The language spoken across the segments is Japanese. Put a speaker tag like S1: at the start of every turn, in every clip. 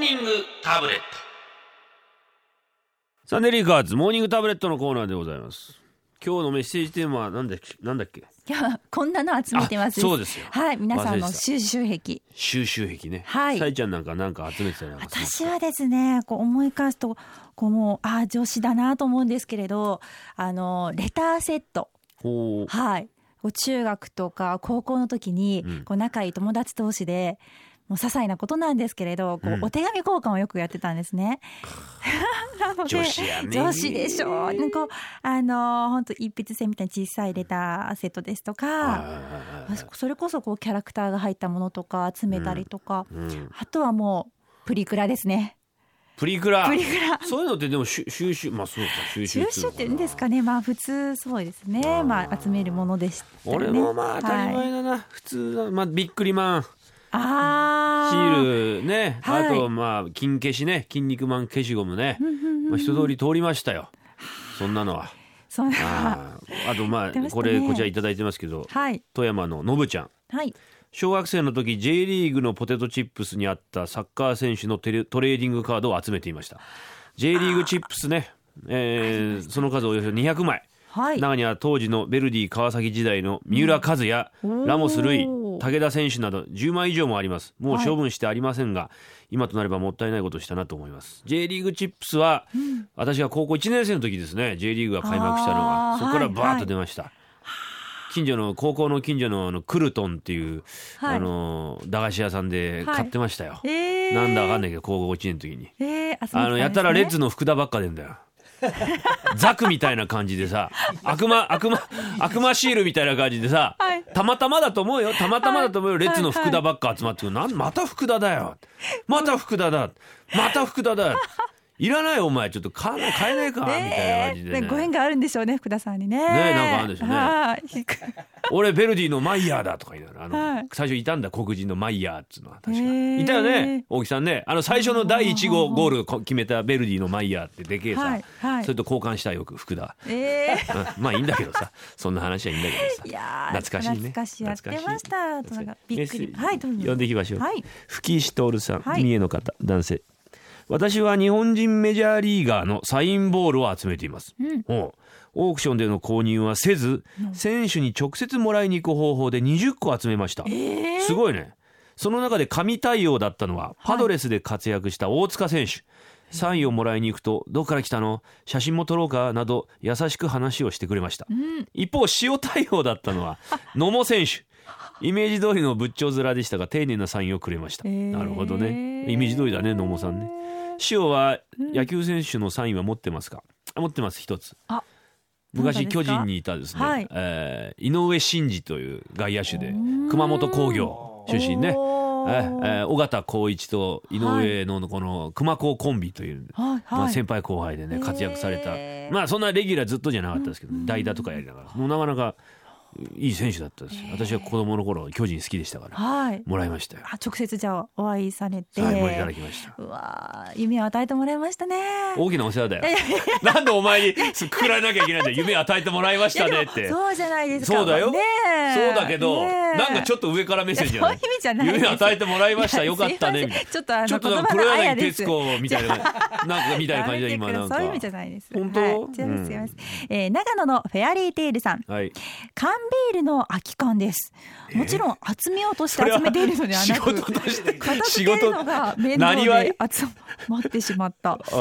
S1: ニングタブレット
S2: サンデーリーカーズモーニングタブレットのコーナーでございます今日のメッセージテーマはなんだっけなんだっけ
S3: いやこんなの集めてます
S2: あそうですよ
S3: はい皆さ
S2: 忘
S3: ん
S2: れ
S3: の
S2: てた
S3: 収集癖
S2: 収集癖ね
S3: はい
S2: さいちゃんなんかなんか集めてたりなんかするんです
S3: 私
S2: か
S3: はですねこう思い返すとこうもうああ女子だなと思うんですけれどあのレターセット
S2: ほう
S3: はいこう中学とか高校の時に
S2: うん
S3: こう仲いい友達同士でもう些細なことなんですけれどこ
S2: うん
S3: うお手紙交換をよくやってたんで すね。なので
S2: 女子やね
S3: 女子でしょう。なんかこうあの本当一筆線みたいな小さいレターセットですと
S2: はい
S3: か、
S2: はいはい
S3: あ
S2: はい
S3: そそれこそこうキャラクターが入ったものとか集めたりとか、
S2: うん
S3: あとはもうプリクラですね。
S2: プリクラ
S3: プリクラ。
S2: そういうのってでも収収集まあそうか収集
S3: 収集って言うんですかね。まあ普通そうですね。まあ集めるものでしたよね。
S2: 俺もまあ当たり
S3: はい
S2: 前だな、普通だまあビックリマンシ
S3: ああ。
S2: ールねあ,、
S3: はい
S2: とまあ金消しね筋肉マン消しゴムね、まあ、一通り通りましたよそんなのは
S3: そう
S2: あーあとまあ
S3: やってました
S2: こ
S3: ね
S2: れこちらいただいてますけど、
S3: はい
S2: 富山ののぶちゃん
S3: はい
S2: 小学生の時 J リーグのポテトチップスにあったサッカー選手のテレトレーディングカードを集めていました J リーグチップスね、えーその数およそ200枚
S3: はい。
S2: 中には当時のベルディ川崎時代の三浦和也、
S3: うん
S2: ラモス類
S3: おー
S2: 武田選手など10枚以上もありますもう
S3: はい
S2: 処分してありませんが、今となればもったいないことをしたなと思います J リーグチップスは、私が高校1年生の時ですね J リーグが開幕したの
S3: あ
S2: が
S3: ー
S2: そこから
S3: はい
S2: バーッと出ました、近所の高校の近所のあのクルトンっていう、
S3: はい
S2: あの駄菓子屋さんで
S3: はい
S2: 買ってましたよ、
S3: えー、。
S2: なんだかわかんないいけど高校1年の時に
S3: えー、あそう
S2: あ
S3: なんです
S2: の
S3: ね
S2: やたらレッズの福田ばっか出んだ よザクみたいな感じでさ悪魔悪魔悪魔シールみたいな感じでさ、
S3: はい
S2: たまたまだと思うよたまたまだと思うよ、
S3: はい
S2: レッズの福田ばっか集まってくる、なんまた福田だよまた福田だまた福田だいらないよお前ちょっと買わない買えないか、みたいな感じで、
S3: えー
S2: ね
S3: ねご縁があるんでしょうね福田さんにね。ね
S2: えなんかあるんでしょうね
S3: はい。
S2: 俺ベルディのマイヤーだとか言いながらあの、
S3: はい
S2: 最初いたんだ黒人のマイヤーっつうのは確か、
S3: へー
S2: いたよね大木さんねあの最初の第1号ゴールこ決めたベルディのマイヤーってでけえさ、
S3: はいはい
S2: それと交換したよく福田、
S3: えー
S2: うんまあいいんだけどさそんな話はいいんだけどさ
S3: いやー
S2: 懐かしいね
S3: 懐かしいやってました
S2: 懐かしい
S3: なんかびっくり
S2: メッセージ
S3: はいどうぞ
S2: 読んでいきましょう、
S3: はい
S2: 吹石徹さん、
S3: はい
S2: 三重の方男性私は日本人メジャーリーガーのサインボールを集めています、おうオークションでの購入はせず、選手に直接もらいに行く方法で20個集めました、
S3: え
S2: すごいねその中で神対応だったのはパドレスで活躍した大塚選手、サインをもらいに行くと「どこから来たの写真も撮ろうか?」など優しく話をしてくれました、一方塩対応だったの は野茂選手イメージ通りの仏頂面でしたが丁寧なサインをくれました、
S3: へー
S2: なるほどねイメージ通りだね野茂さんね塩は野球選手のサインは持ってますか、あ持ってます一つ
S3: あ
S2: 昔巨
S3: 本当ですか
S2: 人にいたですね、
S3: はい
S2: えー井上真司という外野手で
S3: ん
S2: 熊本工業出身ね、
S3: お
S2: え
S3: ー
S2: ーえー尾形浩一と井上のこの熊高コンビという、
S3: は
S2: ま
S3: い
S2: あ、
S3: はい
S2: 先輩後輩でね
S3: へー
S2: 活躍された、まあそんなレギュラーずっとじゃなかったですけど、ね代打とかやりながらもうなかなかいい選手だったです、私は子供の頃巨人好きでしたから
S3: はい
S2: もらいましたよ、
S3: あ直接じゃあお会いされて
S2: はいもらいいただきました
S3: うわー夢を与えてもらいましたね
S2: 大きなお世話だよなんでお前にくくられなきゃいけないんだよ夢与えてもらいましたねって
S3: そうじゃないですか
S2: そうだよ
S3: ねえ
S2: そうだけど、
S3: ねえ
S2: なんかちょっと上から目線じゃない
S3: いやそういう意味じゃないです
S2: 夢与えてもらいましたよかった
S3: い
S2: ね
S3: や
S2: みたいな
S3: すいませんちょっとあの
S2: ちょっとなんか
S3: 言葉
S2: 黒
S3: のあや
S2: 柳
S3: です
S2: 徹子みた いななんかみたいな感じで今なんか
S3: そういう意味じゃないです
S2: 本当
S3: はい、違います違います、えー長野のフェアリーテイルさん
S2: はい
S3: 缶ビールの空き缶ですもちろん集めようとして集めているのでは
S2: 仕
S3: なく
S2: 事として
S3: 片付
S2: 仕
S3: ける
S2: 事
S3: のが面倒
S2: 何
S3: で
S2: 割
S3: 集まってしまった
S2: あ
S3: え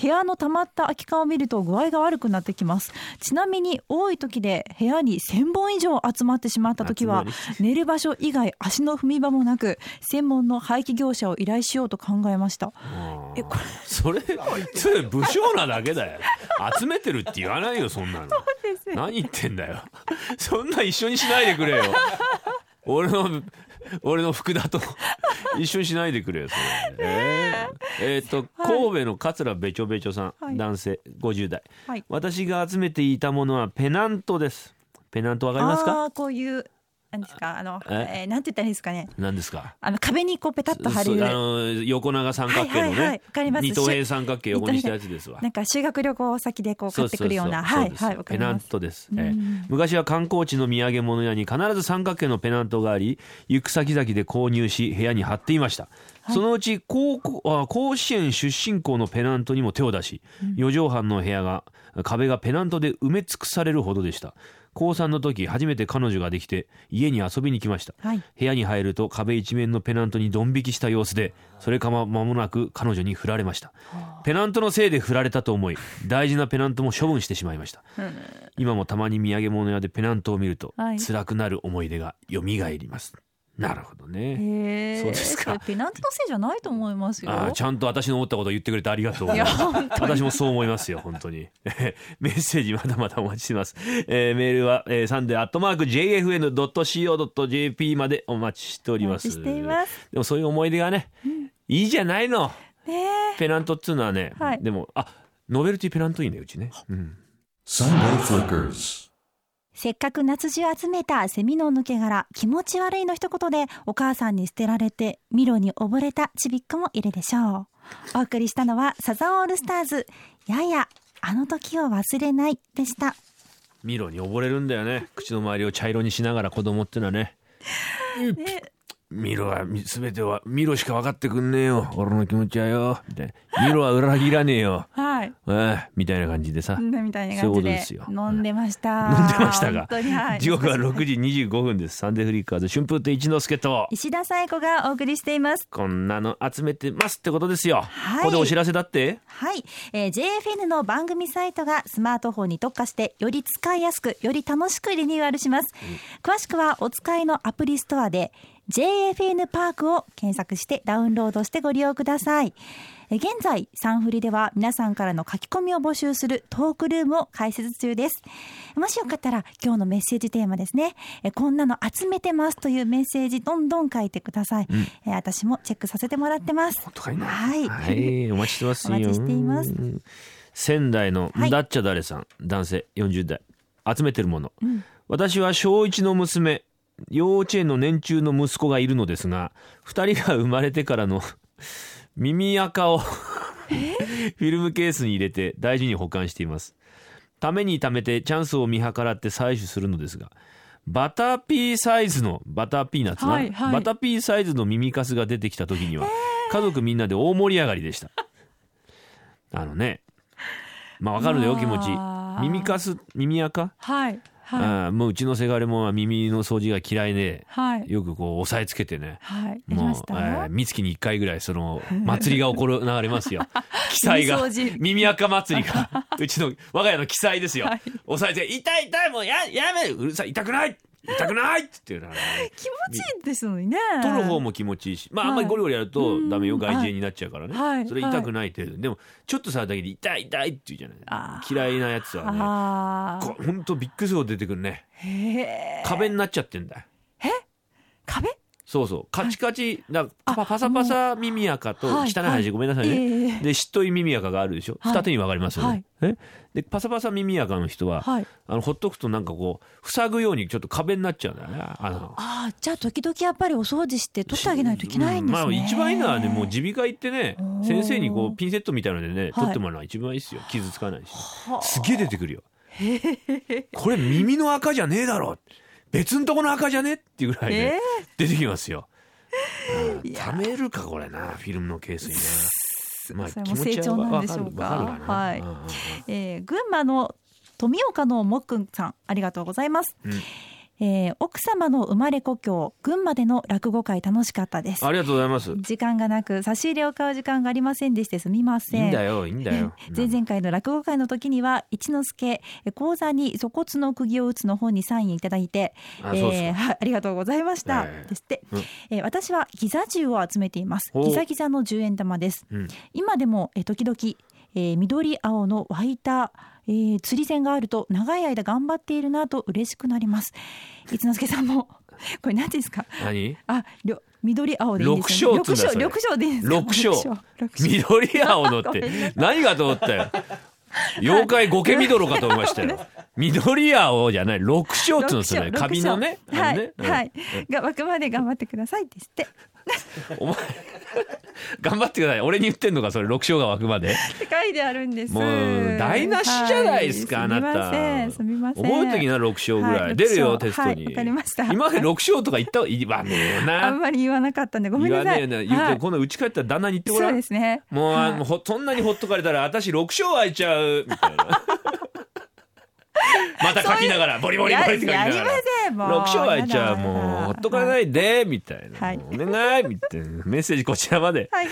S3: 部屋の溜まった空き缶を見ると具合が悪くなってきますちなみに多い時で部屋に1000本以上集まってしまった時は
S2: 集ま
S3: 寝る場所以外足の踏み場もなく専門の廃棄業者を依頼しようと考えましたえこれ
S2: それそれ武将なだけだよ集めてるって言わないよそんなの
S3: ですね
S2: 何言ってんだよそんな一緒にしないでくれよ俺の俺の福田と一緒にしないでくれよそれえーえーっと神戸の桂べちょべちょさん、
S3: はい
S2: 男性50代、
S3: はい
S2: 私が集めていたものはペナントですペナントわかりますか
S3: あーこういうなんですかあの、
S2: え
S3: えーなんて言ったらいいですかね
S2: 何ですか
S3: あの壁にこうペタッと貼
S2: そ
S3: る
S2: あの横長三角形のね、
S3: はいはいはいわかります
S2: 二等辺三角形横にしたやつですわ
S3: なんか修学旅行先でこう買
S2: そう
S3: って
S2: そう
S3: くるようなはいはいわか
S2: ペ
S3: り
S2: ナン
S3: ます
S2: トです、
S3: うん
S2: ええ昔は観光地の土産物屋に必ず三角形のペナントがあり行く先々で購入し部屋に貼っていました、そのうち高校あ甲子園出身校のペナントにも手を出し四畳半の部屋が壁がペナントで埋め尽くされるほどでした高3の時初めて彼女ができて家に遊びに来ました、
S3: はい
S2: 部屋に入ると壁一面のペナントにドン引きした様子でそれかま間もなく彼女に振られましたペナントのせいで振られたと思い大事なペナントも処分してしまいました今もたまに土産物屋でペナントを見ると
S3: はい
S2: 辛くなる思い出が蘇りますなるほどね
S3: へえ
S2: そうですか
S3: れペナントのせいじゃないと思いますよ
S2: あーちゃんと私の思ったことを言ってくれてありがとうござい ます私もそう思いますよ、本当に。 メッセージまだまだお待ちしてます。えーメールは、えー、サンデーアットマーク JFN.CO.JP までお待ちしております。
S3: お待ちしています
S2: でもそういう思い出がね、いいじゃないの。
S3: ねえ
S2: ペナントっつうのはね、
S3: はい
S2: でも、あ、ノベルティペナントいいね、うちね。うん。
S1: Sunday Flickers.
S3: せっかく夏中集めたセミの抜け殻気持ち悪いの一言でお母さんに捨てられてミロに溺れたちびっ子もいるでしょうお送りしたのはサザンオールスターズややあの時を忘れないで した
S2: ミロに溺れるんだよね。口の周りを茶色にしながら子供ってのはね。ミロはみ全てはミロしか分かってくんねえよ俺の気持ちはよみたいなミロは裏切らねえよ
S3: はい
S2: ええみたいな感じでさ、
S3: みたいな
S2: そういうこと
S3: 感じ
S2: で
S3: です
S2: よ
S3: 飲んでました
S2: 飲んでましたが
S3: 本当に、はい、
S2: 時刻は6時25分ですサンデーフリーカーズ春風亭一之輔と
S3: 石田紗友子がお送りしています
S2: こんなの集めてますってことですよ、
S3: はい
S2: ここでお知らせだって
S3: はい、えー、JFN の番組サイトがスマートフォンに特化してより使いやすくより楽しくリニューアルします、詳しくはお使いのアプリストアで JFN パークを検索してダウンロードしてご利用くださいえー現在サンフリでは皆さんからの書き込みを募集するトークルームを開設中ですもしよかったら今日のメッセージテーマですねえーこんなの集めてますというメッセージどんどん書いてください、えー私もチェックさせてもらってます
S2: とかいな
S3: はい
S2: はいお待ちしてますよ
S3: お待ちしています
S2: 仙台の
S3: はい
S2: ダッチャダレさん、男性40代集めてるもの、私は小一の娘幼稚園の年中の息子がいるのですが2人が生まれてからの 耳垢をフィルムケースに入れて大事に保管していますために貯めてチャンスを見計らって採取するのですがバターピーサイズのバターピーナッツな、
S3: はいはい
S2: バタピーサイズの耳かすが出てきた時には家族みんなで大盛り上がりでしたあのねまあわかるよ
S3: あー
S2: 気持ち耳かす耳垢、
S3: はい
S2: あーもううちのせがれも耳の掃除が嫌いで
S3: は
S2: よくこう押さえつけてね
S3: はい、やりま
S2: もう
S3: し、
S2: え
S3: た
S2: ー、
S3: よ。
S2: 三月に一回ぐらいその祭りが起こる流れますよ。 記載が
S3: 耳掃除
S2: 耳垢祭りが うちの我が家の記載ですよ
S3: はい。
S2: 押さえて痛い痛いもうややめうるさい痛くない痛くないっていうのがね
S3: 気持ちいいですのにね。
S2: 取る方も気持ちいいし、まあ、
S3: はい
S2: あんまりゴリゴリやるとダメよ、
S3: うん
S2: 外耳炎になっちゃうからね、
S3: はい
S2: それ痛くない程度でもちょっと触るだけで痛い痛いって言うじゃな
S3: あ
S2: い嫌いなやつはね
S3: ああ。
S2: こほんとビッグスロー出てくるね
S3: へえ。
S2: 壁になっちゃってんだよ
S3: 壁。
S2: そうそうカチカチ、だパパサパサ耳垢と汚
S3: はい
S2: い話ごめんなさいね、
S3: ええ
S2: でしっとい耳垢があるでしょ、
S3: はい
S2: 二手に分かれますよね、
S3: はい
S2: えでパサパサ耳垢の人は、
S3: はい。
S2: あのほっとくとなんかこう塞ぐようにちょっと壁になっちゃうんだよねあの
S3: ああ、じゃあ時々やっぱりお掃除して取ってあげないといけないんですね。
S2: うまあ一番いいのはねもう耳鼻科行ってね
S3: おー
S2: 先生にこうピンセットみたいのでね
S3: い
S2: 取ってもらうのが一番いいですよ傷つかないし
S3: はあ
S2: すげえ出てくるよこれ耳の赤じゃねえだろ別んとこの赤じゃねっていうぐらいね出てきますようん
S3: いや
S2: 貯めるかこれなフィルムのケースにねまあ
S3: それ
S2: 気
S3: も
S2: 持
S3: 成
S2: ちは
S3: 長な
S2: わ
S3: んで
S2: か
S3: し
S2: る
S3: ょ
S2: わ
S3: うか
S2: かるかな
S3: はい
S2: うんうんうん
S3: えー、群馬の富岡のもっくんさんありがとうございます、
S2: うん
S3: えー奥様の生まれ故郷群馬での落語会楽しかったです
S2: ありがとうございます
S3: 時間がなく差し入れを買う時間がありませんでしてすみま
S2: い
S3: せ
S2: い
S3: ん
S2: んだよいいんだよ
S3: 前々回の落語会の時には一之輔講座に「粗骨の釘を打つ」の本にサインいただいて
S2: あそうっすか
S3: えーはいありがとうございました、
S2: ええ
S3: ですって、
S2: うん
S3: えー私はギザ銃を集めています
S2: ほう
S3: ギザギザの10円玉です
S2: うん
S3: 今でも、えー時々、えー緑青の湧いた、えー釣り線があると長い間頑張っているなと嬉しくなります一之輔さんも これ何ですか
S2: 何
S3: ありょ緑青でいいんですよ
S2: 緑
S3: ね
S2: 青っつうんだそれ
S3: 緑青緑青でいいんですか
S2: 緑青
S3: 緑青緑青
S2: 緑青のっ
S3: ごめんな
S2: て何がと思ったよ妖怪ゴケミドロかと思いましたよ。緑や青じゃない、六章っていうのですよね。
S3: 六章
S2: カビのね。
S3: 六章は
S2: あの
S3: い
S2: ね、うん
S3: はい、が湧くまで頑張ってくださいですって。
S2: お前頑張ってください。俺に言ってんのか、それ六章が湧くまで。
S3: って書いてあるんです。
S2: もう台無しじゃないですか、
S3: は
S2: あなた。
S3: すみません、すみません。
S2: 覚えてきな六章ぐらい、
S3: はい
S2: 出るよ
S3: 六章
S2: テストに。
S3: はいわかりました
S2: 今まで六章とか言った言わねえよ
S3: あん
S2: な。
S3: まり言わなかったんでごめん
S2: 言
S3: な
S2: わね
S3: さい。
S2: えな。言う
S3: は
S2: と
S3: い
S2: 今度うち帰ったら旦那に言ってご
S3: そ
S2: ら
S3: うんで。すね。
S2: もうあ
S3: はい
S2: もうほそんなにほっとかれたら私六章開いちゃうみたいな。また書きながらボリボリボリって書き
S3: や
S2: なが
S3: やりま
S2: ら。
S3: せんもう。
S2: 六章開いちゃう
S3: やだ
S2: もうほっとかれないでみたいな、
S3: はい
S2: もうお願いみたいなメッセージこちらまで。
S3: はい。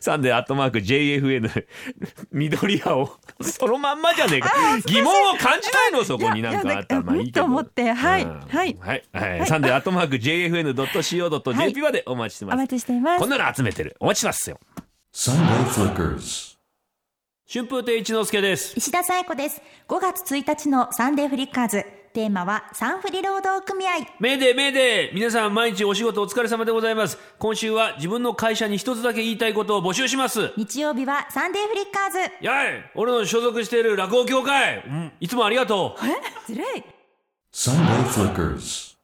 S2: サンデーアットマーク JFN 緑青 そのまんまじゃねえか疑問を感じないのそこになん
S3: いやい
S2: か
S3: や
S2: あったらまあいいけど
S3: うんと思ってはい
S2: うん
S3: はい
S2: はいはいサンデーアットマーク JFN.CO.JP までお待ちして
S3: お
S2: ま
S3: 待
S2: す
S3: ちしています
S2: こん。なの集めてるお待ちしてますよ
S1: Sunday Flickers.
S2: 春風亭一之輔です
S3: 石田紗子です。5月1日のサンデーフリッカーズ。テーマはサンフリ労働組合。
S2: メーデーメーデー皆さん毎日お仕事お疲れ様でございます今週は自分の会社に一つだけ言いたいことを募集します
S3: 日曜日はサンデーフリッカーズ。
S2: やい俺の所属している落語協会、うんいつもありがとう
S3: ずるい。
S1: Sunday Flickers.